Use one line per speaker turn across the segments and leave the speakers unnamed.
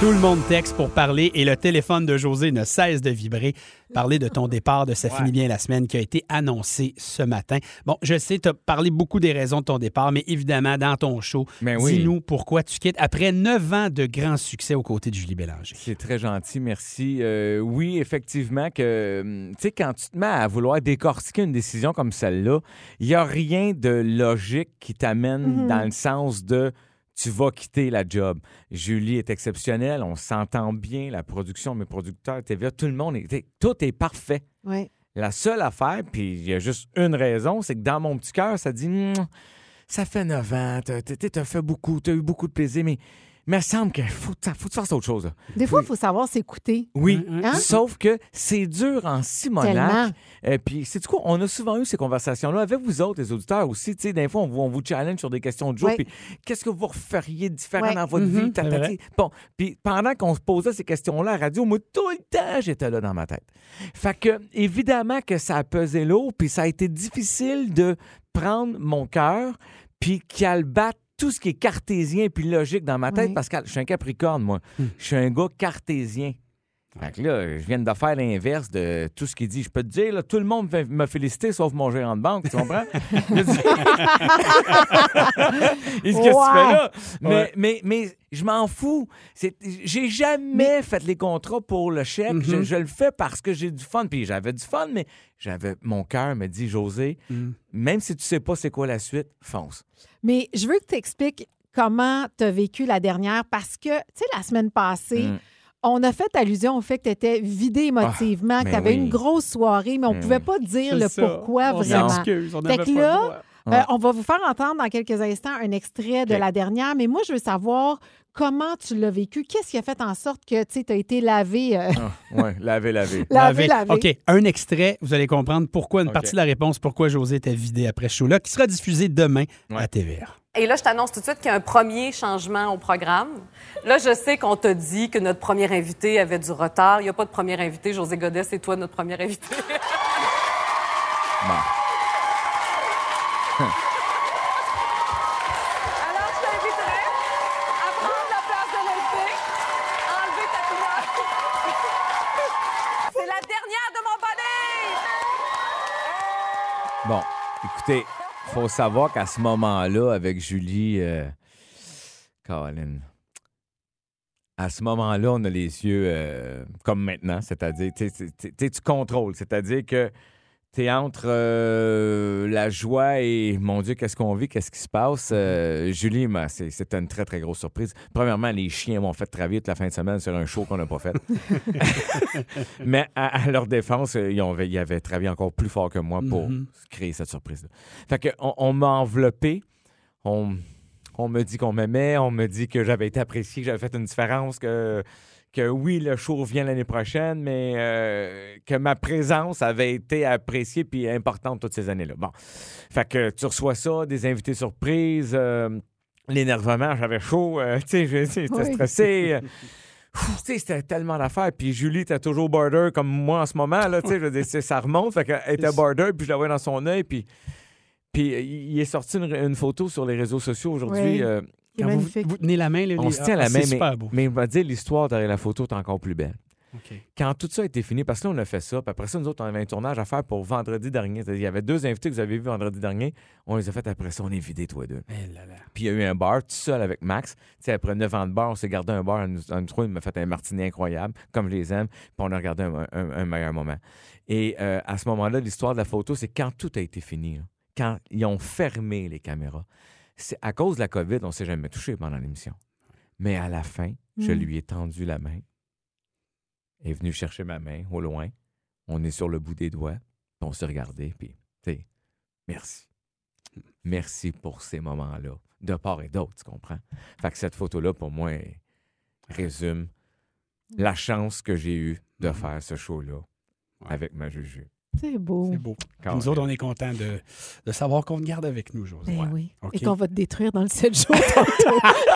Tout le monde texte pour parler et le téléphone de José ne cesse de vibrer. Parler de ton départ de Ça finit bien la semaine qui a été annoncé ce matin. Bon, je sais, tu as parlé beaucoup des raisons de ton départ, mais évidemment, dans ton show,
Mais Ben oui.
dis-nous pourquoi tu quittes après neuf ans de grands succès aux côtés de Julie Bélanger.
C'est très gentil, merci. Euh, oui, effectivement, que hum, tu sais, quand tu te mets à vouloir décortiquer une décision comme celle-là, il n'y a rien de logique qui t'amène dans le sens de tu vas quitter la job. Julie est exceptionnelle, on s'entend bien, la production, mes producteurs, TVA, tout le monde, est, tout est parfait.
Ouais.
La seule affaire, puis il y a juste une raison, c'est que dans mon petit cœur, ça dit Mouah, ça fait 9 ans, t'as- t'as t'as fait beaucoup, t'as eu beaucoup de plaisir, mais mais il me semble qu'il faut, faut que tu fasses autre chose. là.
Des fois, il faut savoir s'écouter.
Oui,
Hein?
Mm, sauf que c'est dur en
Tellement.
Simonac. Et puis, c'est quoi? On a souvent eu ces conversations-là avec vous autres, les auditeurs aussi. Tu sais, des fois, on vous, on vous challenge sur des questions de jour.
Ouais.
Puis, qu'est-ce que vous referiez de différent
Ouais. Mm-hmm.
dans votre
Mhm,
vie? Ta, ta,
c'est
ta.
vrai.
Bon, puis pendant qu'on se posait ces questions-là à la radio, moi, tout le temps, j'étais là dans ma tête. Fait que, évidemment que ça a pesé lourd, puis ça a été difficile de prendre mon cœur, puis qu'elle batte tout ce qui est cartésien puis logique dans ma tête,
Ouais.
parce que je suis un capricorne, moi.
Hmm.
Je suis un gars cartésien. Fait que là, je viens de faire l'inverse de tout ce qu'il dit. Je peux te dire, là, tout le monde va me féliciter, sauf mon gérant de banque, tu comprends? Il dit- Il dit, qu'est-ce que tu fais là? Mais,
Ouais.
mais, mais je m'en fous. C'est- J'ai jamais fait les contrats pour le chèque. je, je le fais parce que j'ai du fun. Puis j'avais du fun, mais j'avais mon cœur me dit, José,
Ah,
Hmm.
même si tu sais pas c'est quoi la suite, fonce.
Mais je veux que tu expliques comment tu as vécu la dernière parce que, tu sais, la semaine passée,
Mm.
on a fait allusion au fait que tu étais vidé émotivement,
Ah,
que
mais
tu avais
oui.
une grosse soirée, mais on
Mais
pouvait
oui.
pas dire
C'est
le
ça.
pourquoi
On
vraiment.
s'excuse, on
Fait
n'avait
que
pas le
là,
droit.
Euh,
Ouais.
on va vous faire entendre dans quelques instants un extrait de
OK.
la dernière, mais moi, je veux savoir comment tu l'as vécu. Qu'est-ce qui a fait en sorte que tu as été lavé, euh,
Ah, ouais, laver, laver.
lavé, lavé?
OK, un extrait, vous allez comprendre pourquoi une
OK.
partie de la réponse, pourquoi José était vidé après ce show-là, qui sera diffusé demain à
Ouais.
TVR.
Et là, je t'annonce tout de suite qu'il y a un premier changement au programme. Là, je sais qu'on t'a dit que notre premier invité avait du retard. Il n'y a pas de premier invité. José Godet, c'est toi notre premier invité.
Bon.
Alors, je t'inviterai à prendre la place olympique, à enlever ta couverture. C'est la dernière de mon bonnet!
Bon, écoutez, faut savoir qu'à ce moment-là, avec Julie, euh, Colin, à ce moment-là, on a les yeux euh, comme maintenant, c'est-à-dire, tu sais, tu sais, tu contrôles, c'est-à-dire que t'es entre euh, la joie et mon Dieu, qu'est-ce qu'on vit, qu'est-ce qui se passe. Euh, Julie, m'a- c'est- c'était une très, très grosse surprise. Premièrement, les chiens m'ont fait travailler toute la fin de semaine sur un show qu'on n'a pas fait. Mais à, à leur défense, euh, ils, ont- ils avaient travaillé encore plus fort que moi pour
Mhm.
créer cette surprise-là. Fait que on, on m'a enveloppé, on, on me dit qu'on m'aimait, on me dit que j'avais été apprécié, que j'avais fait une différence, que, que oui, le show revient l'année prochaine, mais euh, que ma présence avait été appréciée puis importante toutes ces années-là. Bon. Fait que tu reçois ça, des invités surprises, euh, l'énervement, j'avais chaud, euh, tu sais, je- j'étais
Oui.
stressé. Pff, tu sais, c'était tellement d'affaires. Puis Julie était toujours border comme moi en ce moment. Là, tu sais, je veux dire, c'est- ça remonte. Fait qu'elle était border, puis je la voyais dans son œil. Puis, puis euh, il est sorti une, une photo sur les réseaux sociaux aujourd'hui.
Oui.
euh,
C'est
quand vous-
magnifique.
Vous tenez la main, là,
on
les-
se tient
Ah,
la main,
C'est super
mais,
beau.
mais on va dire l'histoire derrière la photo est encore plus belle.
OK.
Quand tout ça a été fini, parce que là, on a fait ça, puis après ça, nous autres, on avait un tournage à faire pour vendredi dernier. C'est-à-dire, Il y avait deux invités que vous avez vus vendredi dernier. On les a fait après ça. On est vidés, toi deux.
Eh là là.
Puis il y a eu un bar tout seul avec Max. Tu sais, après 9 ans de bar, on s'est gardé un bar à nous, à nous trois. Il m'a fait un martini incroyable, comme je les aime. Puis on a regardé un, un- un meilleur moment. Et euh, à ce moment-là, l'histoire de la photo, c'est quand tout a été fini, là. quand ils ont fermé les caméras. C'est à cause de la COVID, on s'est jamais touché pendant l'émission. Mais à la fin, je
Mm.
lui ai tendu la main. Il est venu chercher ma main au loin. On est sur le bout des doigts. Puis On s'est regardé, puis, tu sais, merci. Merci pour ces moments-là, de part et d'autre, tu comprends? Fait que cette photo-là, pour moi, elle résume la chance que j'ai eue de faire ce show-là avec ma Juju.
C'est beau.
C'est beau. Puis
Quand
nous
même.
autres, on est contents de, de savoir qu'on te garde avec nous, José.
Eh
Ben oui.
OK.
Et qu'on va te détruire dans le 7 jours tantôt.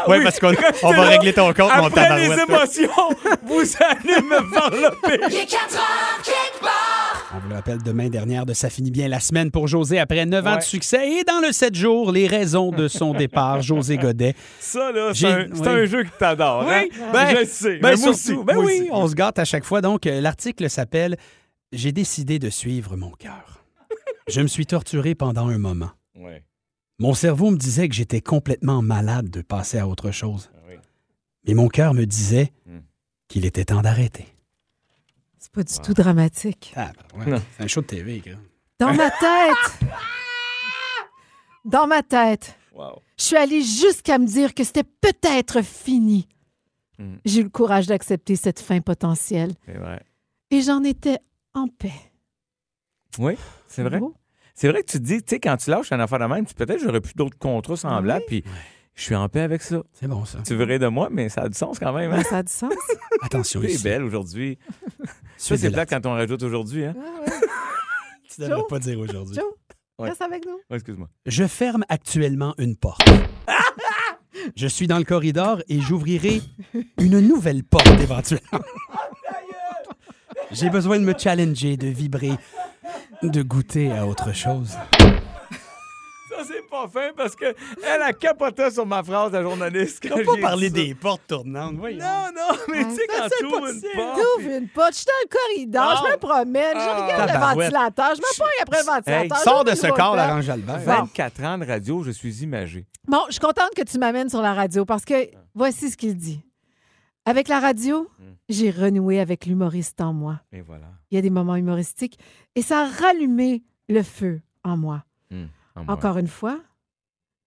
Oui, Ah parce qu'on on va régler ton compte, mon
Après les
tabarouette.
émotions, vous allez me varloper.
On vous le rappelle, demain dernière de Ça finit bien la semaine pour José après 9 ans
Ouais.
de succès. Et dans le 7 jours, les raisons de son départ, José Godet.
Ça, là,
J'ai-
c'est un, c'est
oui.
un jeu que t'adores. hein?
ben,
je le sais.
ben,
mais moi
surtout,
aussi,
ben
moi
oui,
aussi.
on se gâte à chaque fois. Donc, euh, l'article s'appelle J'ai décidé de suivre mon cœur. Je me suis torturé pendant un moment.
Ouais.
Mon cerveau me disait que j'étais complètement malade de passer à autre
ah
chose. Mais mon cœur me disait
Hmm.
qu'il était temps d'arrêter.
C'est pas du tout dramatique.
Ah, ben ouais.
Non.
C'est un show de TV, gars.
Dans ma tête! Dans ma tête!
Wow.
Je suis allée jusqu'à me dire que c'était peut-être fini.
Mm.
J'ai eu le courage d'accepter cette fin potentielle
C'est vrai.
et j'en étais en paix. Oh,
Oui, c'est vrai.
beau.
C'est vrai que tu te dis, tu sais, quand tu lâches un affaire de même, tu- peut-être j'aurais plus d'autres contrats semblables, puis je suis en paix avec ça.
C'est bon, ça.
Tu verrais de moi, mais ça a du sens quand même. Hein?
Ben, ça a du sens.
Attention
T'es
ici.
belle aujourd'hui. Ça,
Suite
c'est
ben, de la-
peut-être quand on rajoute aujourd'hui. Hein?
Tu devrais
Joe?
pas dire aujourd'hui.
Joe?
Ouais.
Reste avec nous.
Oh, excuse-moi.
Je ferme actuellement une porte. Je suis dans le corridor et j'ouvrirai une nouvelle porte éventuellement. J'ai besoin de me challenger, de vibrer, de goûter à autre chose.
Ça, c'est pas fin parce que elle a capoté sur ma phrase, la journaliste.
On pas parler des portes tournantes, voyons.
Non, non, mais tu sais,
Ça,
quand
c'est
tu ouvres une
possible.
porte.
T'ouvres une porte, je suis dans le corridor, je me promène, je
Ah.
regarde le
Tabarouette.
ventilateur, je me pogne après le
Hey,
ventilateur.
Sors
j'ouvre
de
une
ce
nouvelle
corps,
hein.
porte.
l'Orange Albert.
24 ans de radio, je suis imagé.
Bon, je suis contente que tu m'amènes sur la radio parce que voici ce qu'il dit. Avec la radio,
Mm.
j'ai renoué avec l'humoriste en moi.
Et voilà.
Il y a des moments humoristiques et ça a rallumé le feu en moi.
Ah, ouais.
Encore une fois,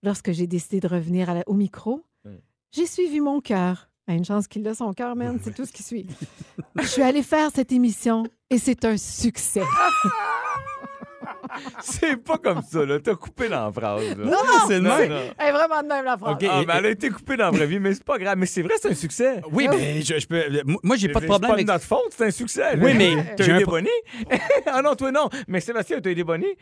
lorsque j'ai décidé de revenir à la- au micro,
Mm.
j'ai suivi mon cœur. Ah, Une chance qu'il a son cœur, man, c'est tout ce qui suit. Je suis allée faire cette émission et c'est un succès.
C'est pas comme ça, là. T'as coupé dans la phrase. Là.
Non, non,
c'est le même.
non.
Elle est vraiment de même la phrase.
OK.
Ah,
Et-
mais elle a été coupée dans la vraie vie, mais c'est pas grave. Mais c'est vrai, c'est un succès.
Oui, mais je, je peux. moi- Moi, j'ai pas de
C'est
problème
pas
avec
de notre faute, c'est un succès.
Oui,
là.
mais
T'as
j'ai
eu
un
des
pro-
bonnets? ah non, toi non. Mais Sébastien, t'as eu des bonnets?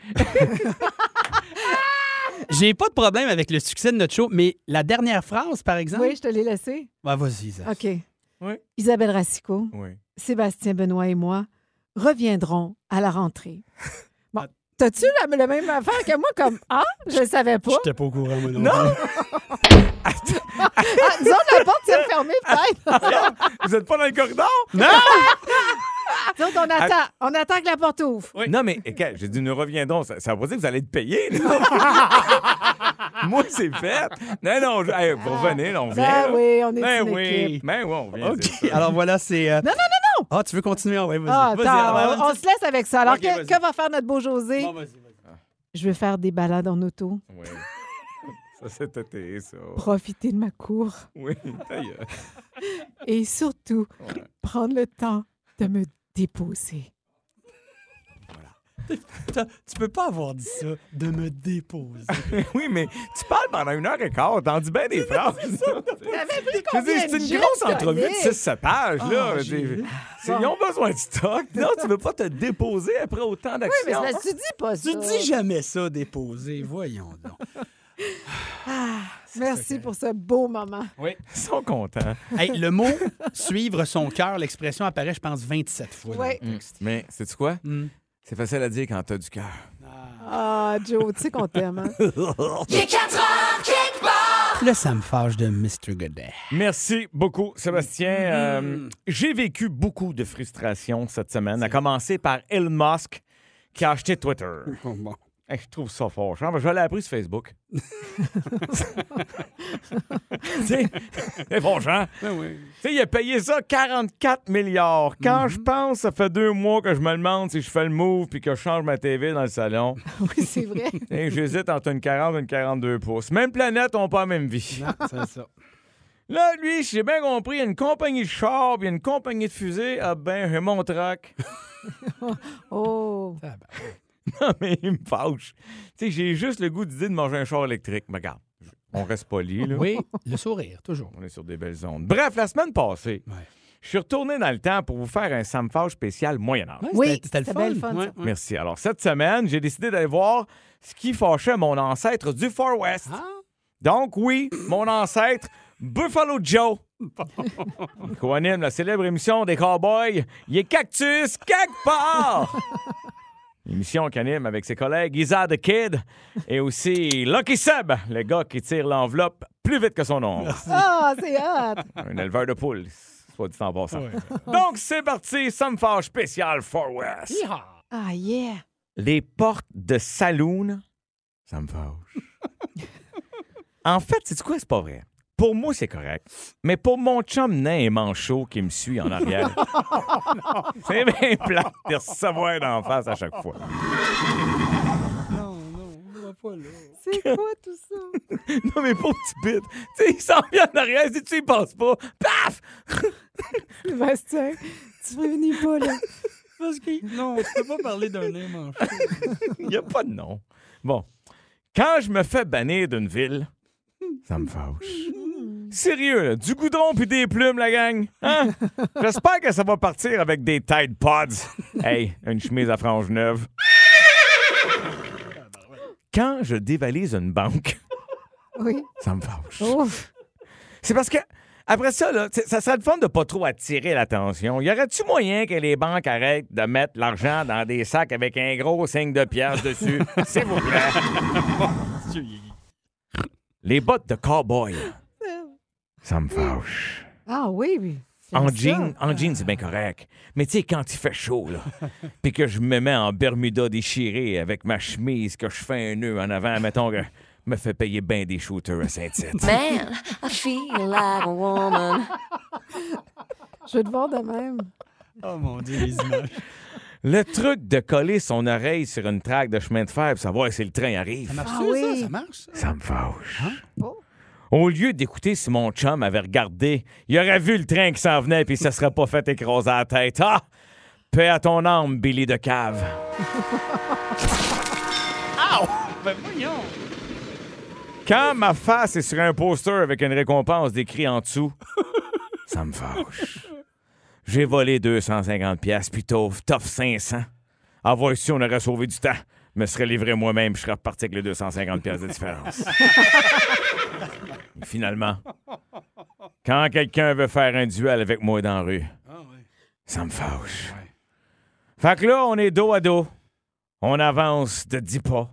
J'ai pas de problème avec le succès de notre show, mais la dernière phrase, par exemple.
Oui, je te l'ai laissé.
Ah, vas-y, Isa.
OK.
Oui.
Isabelle Racicot,
Oui.
Sébastien Benoît et moi reviendrons à la rentrée. Bon, t'as-tu la, la même affaire que moi comme Ah, je le savais pas.
J'étais pas au courant, moi non.
Non!
plus.
Ah, disons que la porte s'est fermée peut-être.
Vous êtes pas dans le corridor?
Donc on attend, on attend que la porte ouvre.
Non, mais écoute, j'ai dit, nous reviendrons. Ça, ça veut pas dire que vous allez être payé. là. Moi, c'est fait. Non, non, je- hey, vous revenez, là, on vient.
Ben
là.
oui, on est
Ben
une équipe.
oui. Ben oui, on vient.
OK.
c'est ça.
Alors voilà, c'est. euh,
Non, non, non, non!
Ah, tu veux continuer? Ah, ouais, vas-y.
Ah,
Vas-y,
attends,
alors,
on, on se laisse avec ça. Alors,
Ok,
que,
vas-y.
que va faire notre beau José?
Bon, vas-y, vas-y.
Je veux faire des balades en auto,
Oui. Ça, c'est tâté, ça.
profiter de ma cour
Oui, ta gueule.
et surtout prendre le temps de me déposer.
T'as- Tu peux pas avoir dit ça, de me déposer.
Oui, mais tu parles pendant une heure et quart, t'en dis bien des phrases. Je veux dire, C'est une grosse entrevue de 6 pages, là.
Oh,
Je veux dire, c'est- Ils ont besoin de stock. Non, tu veux pas te déposer après autant d'actions.
Oui, mais je me suis dit pas
tu
ça.
dis jamais ça, déposer. Voyons donc.
Merci pour ce beau moment.
Ils sont contents.
Hey, le mot suivre son cœur, l'expression apparaît, je pense, 27 fois. dans
Oui.
le texte.
Mm. Mais, sais-tu quoi?
Mm.
C'est facile à dire quand t'as du cœur.
Ah, Joe, tu sais qu'on t'aime. hein?
Là, ça me fâche de Mr. Godet.
Merci beaucoup, Sébastien. Euh, J'ai vécu beaucoup de frustration cette semaine, à commencer par Elon Musk qui a acheté Twitter.
Oh,
Hey, je trouve ça fort. Je l'ai appris sur Facebook. Tu sais, C'est bon, Jean. Tu sais, il a payé ça 44 milliards. Quand je pense, ça fait deux mois que je me demande si je fais le move puis que je change ma TV dans le salon.
Oui, c'est vrai.
Et J'hésite entre une 40 et une 42 pouces. Même planète, on pas la même vie.
Non, c'est ça.
Là, lui, j'ai bien compris, il y a une compagnie de chars, puis il y a une compagnie de fusées. Ah ben, j'ai mon track.
Oh.
non, mais il me fâche. Tu sais, j'ai juste le goût d'idée de manger un char électrique. Mais regarde, je- on reste poli, là.
Oui, le sourire, toujours.
On est sur des belles ondes. Bref, la semaine passée,
Ouais.
je suis retourné dans le temps pour vous faire un samfage spécial Moyen-Âge.
Oui,
c'était le
c'était
fun.
bien le fun, ça.
Ouais, ouais.
Merci. Alors, cette semaine, j'ai décidé d'aller voir ce qui fâchait mon ancêtre du Far West.
Ah.
Donc, oui, mon ancêtre, Buffalo Joe. Il Co-anime la célèbre émission des Cowboys, Il est Cactus quelque part. Émission qu'il anime avec ses collègues Isa the Kid et aussi Lucky Seb, le gars qui tire l'enveloppe plus vite que son oncle.
Ah, c'est hot!
Un éleveur de poules, soit dit en passant.
Ouais.
Donc, c'est parti, ça me fâche spécial Far West.
Yeehaw.
Ah, yeah!
Les portes de saloon, ça me fâche. en fait, c'est quoi, c'est pas vrai. Pour moi, c'est correct. Mais pour mon chum nain et manchot qui me suit en arrière, c'est bien plat de recevoir d'en face à chaque fois.
C'est quoi tout ça?
Non, mais pour petit bit, tu sais, il s'en vient en arrière, si tu y passes pas, paf!
Bastien, tu prévenis pas, là.
Parce que- Non, tu peux pas parler d'un nez manchot.
Il n'y a pas de nom. Bon. Quand je me fais bannir d'une ville, ça me fâche. Sérieux, là, du goudron puis des plumes, la gang. Hein? J'espère que ça va partir avec des Tide Pods. Hey, une chemise à frange neuve. Quand je dévalise une banque,
Oui.
ça me fâche.
Ouf!
C'est parce que, après ça, là, t'sais, ça serait le fun de pas trop attirer l'attention. Y aurait-tu moyen que les banques arrêtent de mettre l'argent dans des sacs avec un gros signe de pièce dessus? S'il vous plaît. les bottes de cowboy. Ça me fâche.
Ah oui, oui.
En
J'aime
jean,
ça.
en jean, c'est bien correct. Mais tu sais, quand il fait chaud, là, puis que je me mets en Bermuda déchiré avec ma chemise, que je fais un nœud en avant, mettons que me fait payer bien des shooters à Saint-Tite.
Man, I feel like a woman.
Je vais te voir de même.
Oh mon Dieu, les images.
Le truc de coller son oreille sur une traque de chemin de fer pour savoir si le train
Ça Hein?
arrive,
marche
Ah oui.
ça? Ça marche, ça?
ça me fâche.
Oh.
Au lieu d'écouter si mon chum avait regardé, il aurait vu le train qui s'en venait puis ça serait pas fait écraser la tête. Ah! Paix à ton âme, Billy de cave.
Ben voyons!
Quand ma face est sur un poster avec une récompense décrite en dessous, ça me fâche. J'ai volé 250 pièces puis t'offres t'offres 500. Avoir Ah, si on aurait sauvé du temps. Me serais livré moi-même, je serais reparti avec les 250 pièces de différence. Et Finalement, quand quelqu'un veut faire un duel avec moi dans la rue, ça me fâche. Fait que là, on est dos à dos. On avance de 10 pas.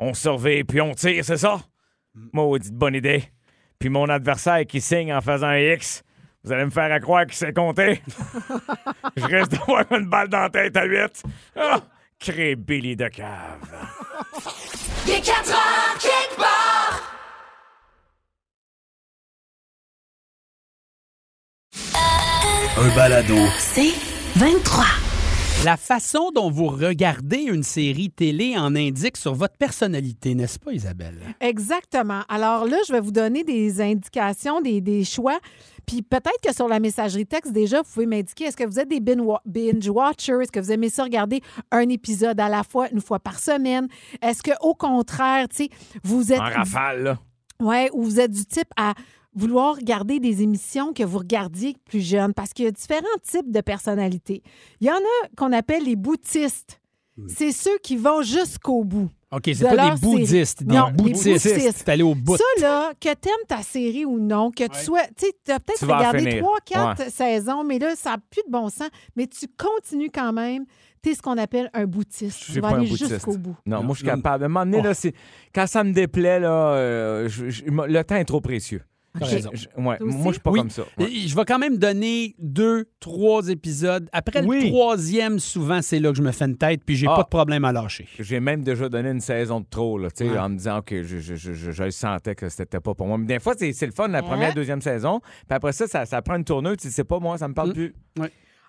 On surveille puis on tire, c'est ça? Maudite bonne idée. Puis mon adversaire qui signe en faisant un X, vous allez me faire à croire qu'il sait compter. Je risque d'avoir une balle dans la tête à 8. Ah, crée Billy de cave.
Des 4 ans, quelque part.
Un balado.
C'est 23.
La façon dont vous regardez une série télé en indique sur votre personnalité, n'est-ce pas, Isabelle?
Exactement. Alors là, je vais vous donner des indications, des, des choix. Puis peut-être que sur la messagerie texte, déjà, vous pouvez m'indiquer est-ce que vous êtes des bin- wa- binge-watchers? Est-ce que vous aimez ça regarder un épisode à la fois, une fois par semaine? Est-ce que, au contraire, tu sais, vous êtes.
En rafale, là.
Ouais, ou vous êtes du type à vouloir regarder des émissions que vous regardiez plus jeune, parce qu'il y a différents types de personnalités. Il y en a qu'on appelle les boutistes. C'est ceux qui vont jusqu'au bout.
OK, c'est
De
pas
leur
des
série.
bouddhistes, des
Non, des
boutistes.
boutistes.
C'est allé au bout.
Ça, là, que t'aimes ta série ou non, que tu sois. Tu sais, t'as peut-être
Tu vas en
regardé
finir.
trois, quatre saisons, mais là, ça n'a plus de bon sens. Mais tu continues quand même. T'es ce qu'on appelle un boutiste. Tu vas aller jusqu'au bout.
Non, moi, je suis
Non.
capable. À un moment donné,
Oh.
là, c'est- quand ça me déplaît, là, euh, je- je- le temps est trop précieux.
T'as
Ok.
raison.
Je- ouais,
Toi aussi?
moi, je suis pas
Oui.
comme ça. Ouais.
Et Je vais quand même donner deux, trois épisodes. Après le
Oui.
troisième, souvent, c'est là que je me fais une tête, puis j'ai
Ah.
pas de problème à lâcher.
J'ai même déjà donné une saison de trop, là, tu sais,
Ouais.
en me disant, OK, je, je, je, je- je le sentais que c'était pas pour moi. Mais des fois, c'est c'est le fun, la
Hein?
première, deuxième saison. Puis après ça, ça, ça prend une tournure. Tu sais, c'est pas moi, ça me parle
Mm.
plus.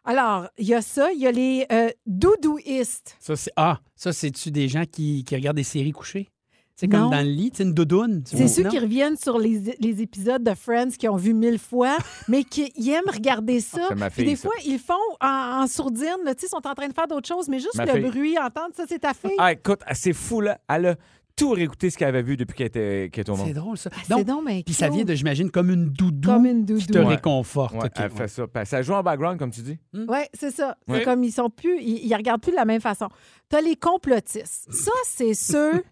Alors, il y a ça. Il y a les euh, doudouistes.
Ça, c'est. Ah, ça, c'est-tu des gens qui, qui regardent des séries couchées? C'est comme
Non.
dans le lit, c'est une doudoune. tu
C'est
vois.
ceux
Non?
qui reviennent sur les, les épisodes de Friends qu'ils ont vu mille fois, mais qui ils aiment regarder ça.
Ah, C'est ma
Puis
fille,
des
ça.
fois, ils font en, en sourdine, là, tu sais, ils sont en train de faire d'autres choses, mais juste
Ma
le
fille.
bruit, entendre ça, c'est ta fille.
Ah, écoute, c'est fou, là. Elle a tout réécouté ce qu'elle avait vu depuis qu'elle était, qu'elle était au
C'est
monde.
drôle, ça.
Ah, C'est
Donc,
donc bien
puis ça
cute.
vient de, j'imagine, comme une doudou
Comme une
qui te
doudou.
Ouais.
réconforte.
Ouais,
OK,
elle fait ça. Puis Ça joue en background, comme tu dis.
Oui, c'est ça.
Ouais.
C'est comme ils sont plus, ils, ils regardent plus de la même façon. T'as les complotistes. Ça, c'est ceux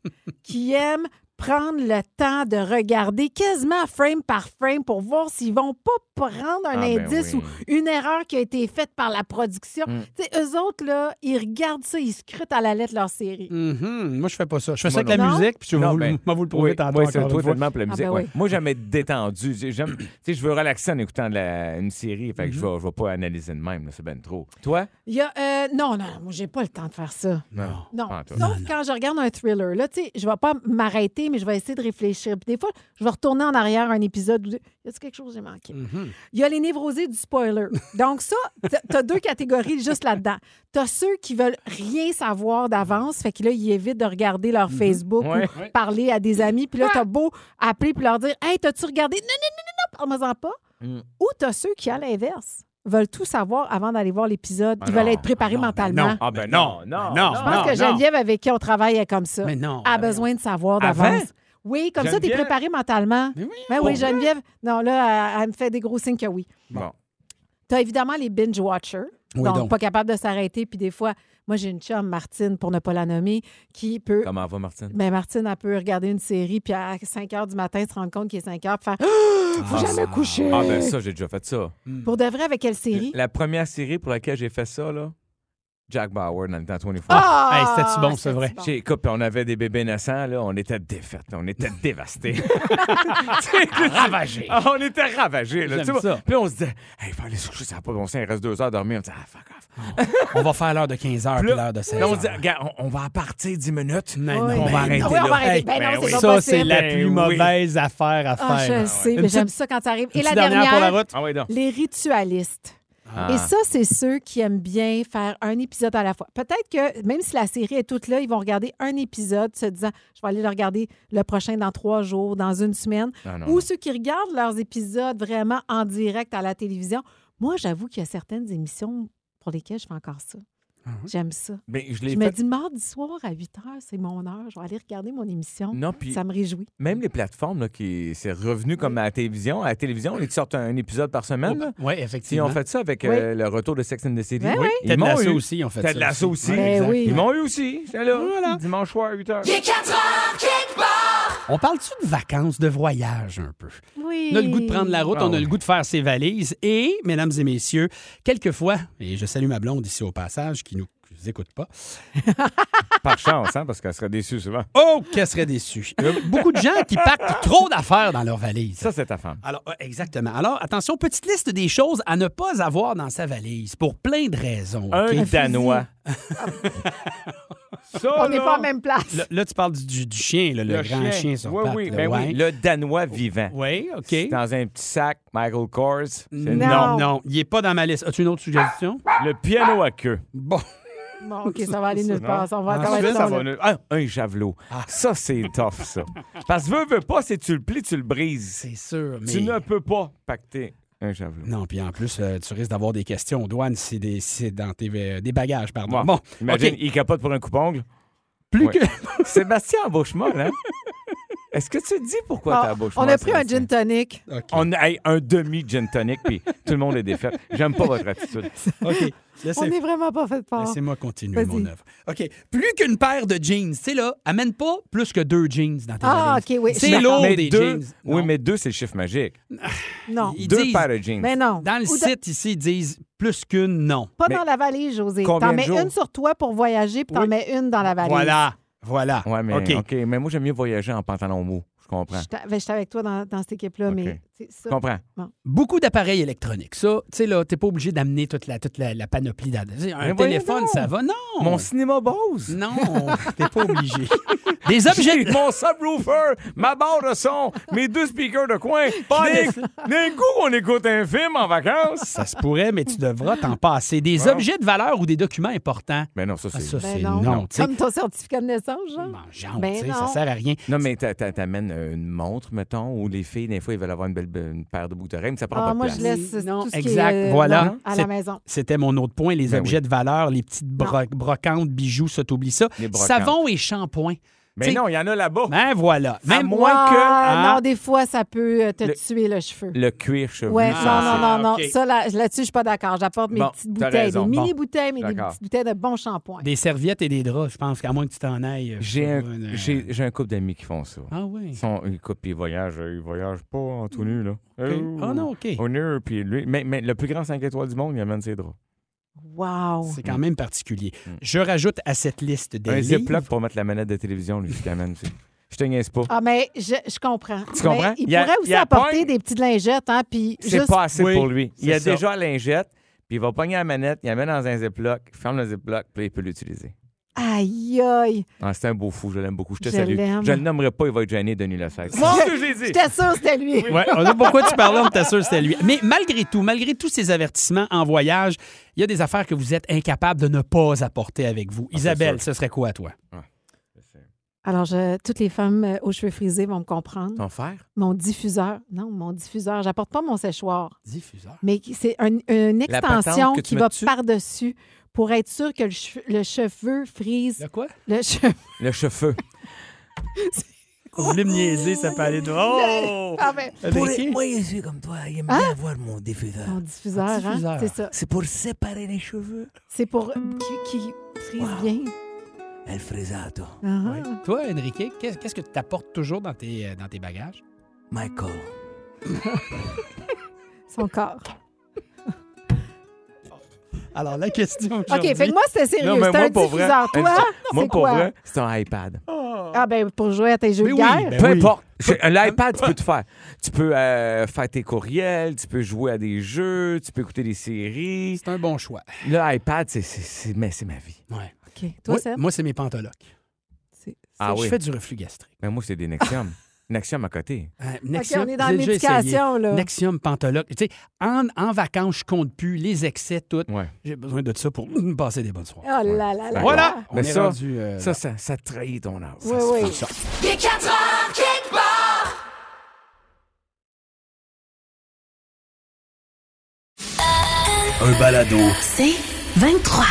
qui aiment prendre le temps de regarder quasiment frame par frame pour voir s'ils vont pas prendre
Ah,
un
ben
indice
oui.
ou une erreur qui a été faite par la production.
Mm.
Tu sais, eux autres, là, ils regardent ça, ils scrutent à la lettre leur série.
Mhm. Moi, je fais pas ça. Je fais ça
Moi
avec la
non.
musique, puis je vais
Non,
vous,
ben,
moi, vous le prouver
Oui,
tantôt
oui,
encore
c'est
une
toi
fois.
tellement pour la
Ah,
musique.
ben
ouais.
oui.
Moi, jamais détendu. J'ai- J'aime, tu sais, je veux relaxer en écoutant de la- une série. Fait que
Mm-hmm.
je vais, je vais pas analyser de même. là, c'est ben trop. Toi?
Il y a, euh, non, non, moi, j'ai pas le temps de faire ça.
Non.
Non.
Ah, toi.
Sauf quand je regarde un thriller. Là, tu sais, je vais pas m'arrêter, mais je vais essayer de réfléchir. Puis des fois, je vais retourner en arrière un épisode ou deux. Y a quelque chose que j'ai manqué?
Mm-hmm.
Il y a les névrosés du spoiler. Donc, ça, t'as- t'as deux catégories juste là-dedans. T'as ceux qui veulent rien savoir d'avance, fait que là, ils évitent de regarder leur
Mhm.
Facebook
Ouais.
ou parler à des amis. Puis là, t'as beau appeler puis leur dire Hey, t'as-tu regardé? Non, non, non, non, non, parle-moi-en pas.
Mm.
Ou t'as ceux qui, à l'inverse, veulent tout savoir avant d'aller voir l'épisode. Ils
Ah
veulent
non,
être
ah
préparés
non, ben
mentalement.
Ah, ben non, non.
non,
Je pense
non.
que Geneviève, avec qui on travaille, est comme ça.
Mais non. Ah, ben?
a besoin de savoir
Avant?
d'avance. Oui, comme ça, t'es
Geneviève?
préparé mentalement.
Mais oui,
Ben oui, Geneviève. Non, là, elle, elle me fait des gros signes que oui.
Bon.
T'as évidemment les binge-watchers,
Oui,
donc,
donc.
pas capable de s'arrêter. Puis des fois, moi, j'ai une chum, Martine, pour ne pas la nommer, qui peut.
Comment va, Martine?
Ben, Martine, elle peut regarder une série, puis à 5 h du matin, se rendre compte qu'il est 5 h, puis faire Ah, Faut jamais coucher.
Ah, ben ça, j'ai déjà fait ça.
Pour de vrai, avec quelle série?
La première série pour laquelle j'ai fait ça, là, Jack Bauer dans le temps 24.
Ah!
Hey, c'était-tu bon, c'est
c'était-tu
vrai?
J'ai- écoute, puis on avait des bébés naissants, là, on était défaites, là, on était dévastés. ravagés. on était ravagés, là,
J'aime
tu vois.
ça.
Puis on se disait, hey, faut aller se coucher, ça n'a pas de bon sens, il reste deux heures à dormir. On disait, ah, fuck off.
On va faire l'heure de 15 h puis
Là,
l'heure de 16
là, on
h
se dit, regarde, on, on va en partir dix minutes.
Non,
Oui.
non,
On va arrêter
Ah oui,
là.
on va arrêter. Ben
Ben
non,
oui.
c'est pas
Ça, c'est
possible.
la
Ben
plus
oui.
mauvaise affaire à
Ah,
faire.
je sais,
Une
mais j'aime
petite-
ça quand ça arrive.
une
Et la
petite dernière,
dernière,
pour la route.
Ah oui, donc.
les ritualistes.
Ah.
Et ça, c'est ceux qui aiment bien faire un épisode à la fois. Peut-être que même si la série est toute là, ils vont regarder un épisode se disant, je vais aller le regarder le prochain dans trois jours, dans une semaine.
Ah, non,
Ou
non.
ceux qui regardent leurs épisodes vraiment en direct à la télévision. Moi, j'avoue qu'il y a certaines émissions pour lesquelles je fais encore ça.
Ah
J'aime ça.
Ben, je l'ai
Je me
fait.
dis, mardi soir à 8 heures, c'est mon heure. Je vais aller regarder mon émission.
Non, puis
Ça me réjouit.
même les plateformes, là, qui c'est revenu comme à la télévision. À la télévision, ils te sortent un épisode par semaine. là.
Oui,
Ils ont
effectivement.
fait ça avec euh, le retour de Sex and the City.
Ben oui.
Ils
Ted
m'ont
Lasso
eu.
aussi, ils ont fait
Ted
ça
Lasso aussi.
Ben
Exact.
oui.
Ils m'ont eu aussi. J'étais là. Dimanche soir à 8 h.
Il est 4 heures, kick
On parle-tu de vacances, de voyage un peu?
Oui.
On a le goût de prendre la route,
Ah
on a
oui.
le goût de faire ses valises. Et, mesdames et messieurs, quelquefois, et je salue ma blonde ici au passage qui nous qui nous écoute pas,
Par chance, hein, parce qu'elle serait déçue souvent.
oh, qu'elle serait déçue. Il y a beaucoup de gens qui packent trop d'affaires dans leur valise.
Ça, c'est ta femme.
Alors, euh, exactement. Alors, attention, petite liste des choses à ne pas avoir dans sa valise pour plein de raisons. OK?
Un Danois. Ça,
On n'est
là,
pas en même place.
Là, là, tu parles du, du- du chien, là, le, grand chien, sur
oui,
pattes,
oui,
là,
ben
ouais.
oui. Le Danois vivant.
Oui, OK.
C'est Dans un petit sac, Michael Kors. C'est-
Non,
Non.
non, il n'est pas dans ma liste. As-tu une autre suggestion?
Le piano à queue.
Bon.
Bon, OK, ça va aller nulle
Non.
part. ça, On
Ah,
va attendre
Ensuite,
ça,
ça
là.
va nous- Ah, un javelot. Ça, c'est tough, ça. Parce que veux, veux pas, si tu le plies, tu le brises.
C'est sûr, mais...
Tu ne peux pas pacter un javelot.
Non, puis en plus, euh, tu risques d'avoir des questions aux douanes si des- si c'est dans tes euh, des bagages, pardon.
Bon,
Bon,
imagine,
OK.
il capote pour un coupongle.
Plus
Ouais.
que...
Sébastien Embauchemol, hein? Est-ce que tu dis pourquoi t'as
Ah,
Embauchemol?
on a pris un
Sébastien?
gin tonic.
OK.
On a hey, un demi gin tonic, puis tout le monde est défait. J'aime pas votre attitude.
OK.
On
Laissez-
n'est vraiment pas fait de part.
Laissez-moi continuer
Vas-y.
mon œuvre. OK. Plus qu'une paire de jeans. Tu sais, là, amène pas plus que deux jeans dans ta
Ah,
valise.
OK, oui. Je
C'est
suis
lourd
mais
des
deux,
jeans.
Oui,
Non.
mais deux, c'est le chiffre magique.
Non.
Ils
deux
disent-
paires de jeans.
Mais non.
Dans le
Ou
site, ici, ils disent plus qu'une, non.
Pas
Mais-
dans la valise, José.
Combien
T'en
de
mets
jours?
une sur toi pour voyager, puis t'en
Oui.
mets une dans la valise.
Voilà. Voilà.
Ouais, mais,
OK.
OK, mais moi, j'aime mieux voyager en pantalon mou. Je Je comprends.
J'étais ben, j'étais avec toi dans, dans cette équipe-là,
OK.
mais c'est
Je
ça.
comprends.
Beaucoup d'appareils électroniques. Ça, tu sais, là, t'es pas obligé d'amener toute la, toute la, la panoplie. d'ad- Un
Mais voyons
téléphone,
donc!
ça va. Non!
Mon cinéma Bose.
Non, t'es pas obligé. Des objets.
J'ai mon subwoofer, ma barre de son, mes deux speakers de coin. D'un d'un coup, on écoute un film en vacances.
Ça se pourrait, mais tu devras t'en passer. Des
Bon.
objets de valeur ou des documents importants.
Mais non, ça,
Ah,
c'est.
ça,
Ben
c'est
non.
non. tu sais.
Comme ton certificat de naissance, genre.
Mangeante,
Ben
tu sais, ça
non.
sert à rien.
non, mais t'a- t'a- t'amènes euh, une montre, mettons, où les filles, des fois, ils veulent avoir une belle une paire de boucles d'oreilles, mais ça prend
Ah,
pas de
moi,
place.
je laisse euh,
Non,
tout ce
exact,
qui est euh,
voilà.
non, à
C'est-
la maison.
C'était mon autre point, les
Ben
objets de valeur, les petites bro- brocantes, bijoux, ça, t'oublies ça.
Les brocantes.
Savon et shampoing.
Mais
T'sais,
non, il y en a là-bas.
Ben voilà. Même hein,
moins
moi
Ah,
que- hein?
Non, des fois, ça peut euh, te
Le-
tuer le cheveu.
Le cuir chevelu.
Ouais,
Ah,
non, non, non, non.
ok.
Ça, là- là-dessus, je suis pas d'accord. J'apporte mes
Bon,
petites
t'as
bouteilles,
raison.
des
Bon.
mini-bouteilles, mais des
D'accord.
petites bouteilles de bon shampoing.
des serviettes et des draps, je pense, qu'à moins que tu t'en ailles. euh,
J'ai
sur
un,
une-
j'ai- j'ai un couple d'amis qui font ça.
Ah oui.
Ils, sont, ils coupent, ils voyagent. euh, Ils voyagent pas en tout nu, là. Euh,
OK. Ah non, OK.
Au nu, puis lui. Mais, mais le plus grand 5 étoiles du monde, il amène ses draps.
Wow!
C'est quand même particulier. Je rajoute à cette liste des
Un
livres-
ziploc pour mettre la manette de télévision, lui, qui amène. tu sais. Je te niaise pas.
Ah, mais je, je comprends.
Tu comprends?
Mais il
Il y a-
pourrait
il
aussi
y a
apporter
point.
des petites lingettes, hein, puis
C'est
juste...
pas assez
Oui,
pour lui. Il a
c'est ça.
déjà la lingette, puis il va pogner la manette, il la met dans un ziploc, il ferme le ziploc, puis là, il peut l'utiliser.
Aïe, aïe!
Ah, c'est un beau fou, je l'aime beaucoup. Je te
Je
salue.
l'aime.
Je le nommerai pas, il va être gêné, Denis Lefebvre.
j'ai dit! J'étais sûre que c'était lui.
Ouais, on a pourquoi tu parles, on t'assure, c'est lui. Mais malgré tout, malgré tous ces avertissements en voyage, il y a des affaires que vous êtes incapable de ne pas apporter avec vous. Isabelle, ce serait quoi, toi?
Alors, je- toutes les femmes euh, aux cheveux frisés vont me comprendre.
Ton fer?
Mon diffuseur, non, mon diffuseur, j'apporte pas mon séchoir,
Diffuseur.
mais qui- c'est un- une
La patente
extension
que tu
qui
mets
va
dessus?
par-dessus pour être sûr que le, cheveu- le cheveu frise.
De quoi?
Le cheveu.
Le cheveu.
Vous voulez me niaiser, ça peut aller de. Oh!
Ah, ben,
Ben, qui?
je suis comme toi, j'aime bien avoir mon diffuseur.
mon diffuseur, hein,
diffuseur.
C'est ça.
C'est pour séparer les cheveux.
C'est pour qui, qui frise bien.
El frisato.
Ah, ah.
Toi, Enrique, qu'est- qu'est-ce que tu apportes toujours dans tes, euh, dans tes bagages?
Michael.
Son corps.
Alors, la question
OK, fait que moi, c'était sérieux.
mais
C'était un diffuseur. Toi,
moi,
c'est
pour
quoi?
vrai, c'est un iPad.
Ah, ben, pour jouer à tes jeux
Mais
de
oui,
guerre.
ben
Peu
oui.
importe. J'ai- L'iPad, tu peux tout faire. Tu peux euh, faire tes courriels, tu peux jouer à des jeux, tu peux écouter des séries.
C'est un bon choix.
L'iPad, c'est- c'est c'est- mais c'est ma vie.
Ouais.
OK. Toi,
moi,
Seb?
moi, c'est mes pantolocs.
C'est-
Ah
je
oui.
fais du reflux gastrique.
Mais moi, c'est des Nexium. Nexium à côté.
Euh,
OK,
Nexium,
on est dans
j'ai
la
déjà essayé.
médication, là.
Nexium, Pantoloc. Tu sais, en, en vacances, je compte plus les excès, tout.
Ouais. Ah,
J'ai besoin de ça pour hum, passer des bonnes soirées.
Oh là là là.
Voilà! On
Mais
est
ça,
rendu, euh,
Ça, ça, ça trahit ton âge.
Oui, oui.
Il est 4 heures, quelque part.
Un balado.
C'est 23.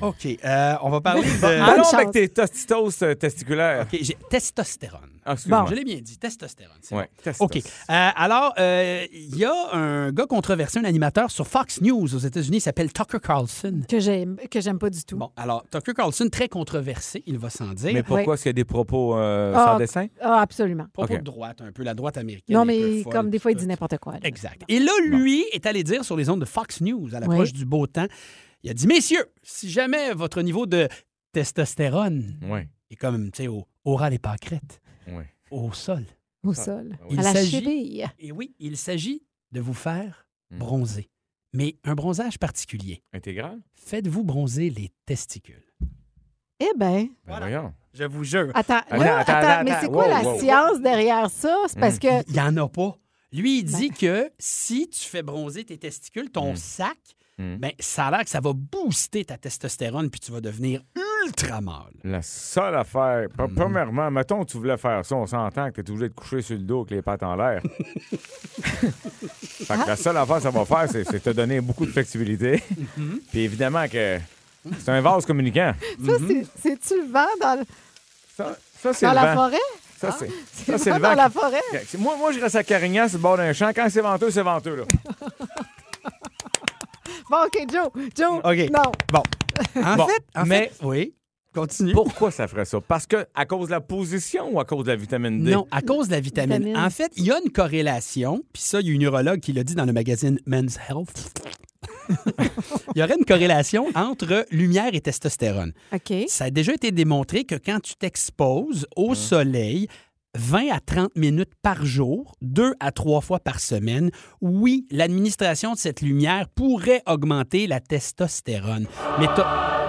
OK, euh, on va parler de...
Allons
chance.
avec tes tostitos euh, testiculaires.
OK, j'ai testostérone.
Ah, excuse-moi.
Je l'ai bien dit, testostérone. c'est bon.
Ouais, testos.
OK. Euh, alors, euh, il y a un gars controversé, un animateur sur Fox News aux États-Unis, il s'appelle Tucker Carlson.
Que j'aime, que j'aime pas du tout.
Bon, alors, Tucker Carlson, très controversé, il va sans dire.
Mais pourquoi
Oui.
est-ce qu'il y a des propos euh,
Ah,
sans dessin?
Ah, absolument.
Propos
OK.
de droite, un peu, la droite américaine.
Non,
est un
mais
peu folle,
comme des fois, il
tout
dit
ça.
n'importe quoi. là.
Exact. Et là, lui est allé dire sur les ondes de Fox News à l'approche
Oui.
du beau temps, il a dit, messieurs, si jamais votre niveau de testostérone
Oui,
est comme, tu sais, au, au ras des pâquerettes,
oui.
au sol,
Au sol.
Il
À la
s'agit-
cheville. Mm.
et oui, il s'agit de vous faire bronzer. Mais un bronzage particulier.
Intégral?
Faites-vous bronzer les testicules.
Eh bien.
Ben
Voilà.
voyons.
Je vous jure.
Attends,
Attends,
là,
attends,
attends,
attends,
mais
attends.
c'est quoi
Wow,
la
wow.
science derrière ça? C'est parce que.
Il n'y en a pas. Lui, il dit que si tu fais bronzer tes testicules, ton sac,
Mm.
ben, ça a l'air que ça va booster ta testostérone puis tu vas devenir ultra mâle.
La seule affaire, pr- premièrement, mettons que tu voulais faire ça, on s'entend que t'es obligé de coucher sur le dos avec les pattes en l'air. fait que la seule affaire que ça va faire, c'est c'est te donner beaucoup de flexibilité.
Mhm.
Puis évidemment que c'est un vase communicant.
Ça,
Mm-hmm.
c'est- c'est-tu le vent dans, le-
Ça, ça, c'est
dans
le
la
vent.
forêt?
Ça, c'est ça,
C'est
c'est
le
le
vent dans la
vent.
forêt?
qui- qui- Moi, moi, je reste à Carignan, sur le bord d'un champ. Quand c'est venteux, c'est venteux. Là.
Bon, OK, Joe. Joe.
OK.
Non.
Bon. En
Bon,
fait, en
mais-
fait- oui. Continue.
Pourquoi ça ferait ça? Parce que à cause de la position ou à cause de la vitamine D?
Non, à cause de la vitamine.
Vitamine.
En fait, il y a une corrélation, puis ça, il y a une urologue qui l'a dit dans le magazine Men's Health. il y aurait une corrélation entre lumière et testostérone.
OK.
Hein?
Ça a déjà été démontré que quand tu t'exposes au soleil, 20 à 30 minutes par jour, deux à trois fois par semaine, oui, l'administration de cette lumière pourrait augmenter la testostérone. Mais t'as...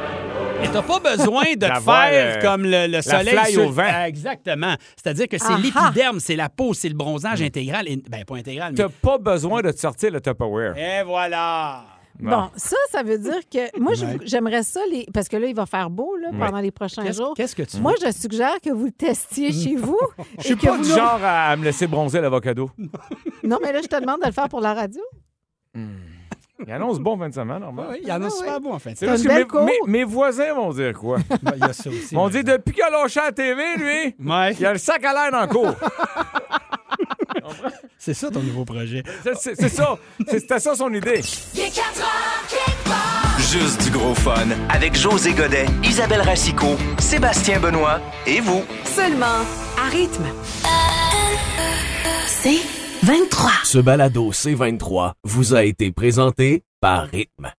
mais t'as pas besoin de te
D'avoir,
faire
euh,
comme le, le
la
soleil
fly au vent.
Ah, Exactement. C'est-à-dire que c'est
Ah-ha.
l'épiderme, c'est la peau, c'est le bronzage intégral. Et... Ben, pas intégral, mais...
Hein? T'as pas besoin de te sortir le Tupperware.
Eh,
Et voilà!
Bon, ça, ça veut dire que moi, je- j'aimerais ça, les... parce que là, il va faire beau là, pendant les prochains
Qu'est-ce-
jours.
qu'est-ce que tu
Moi, je suggère que vous le testiez chez vous.
Mhm. Je suis
et que
pas
vous
du
nous-
genre à me laisser bronzer l'avocado.
Non, mais là, je te demande de le faire pour la radio.
Il annonce bon 20 semaines, normal.
il y en a super beau, en fait.
C'est
Ah T'as
juste
une
que
belle cour.
mes, mes- mes voisins vont dire quoi?
Il y a ça aussi.
Ils vont dire depuis qu'il a lâché la TV, lui,
Ouais,
il a le sac à l'air dans le cours.
c'est ça ton nouveau projet.
C'est- C'est c'est ça. C'est- C'était ça son idée.
Il est 4 heures, kickball.
Juste du gros fun.
Avec José Godet, Isabelle Racicot, Sébastien Benoît et vous.
Seulement à rythme.
C'est 23.
Ce balado C23 vous a été présenté par Rythme.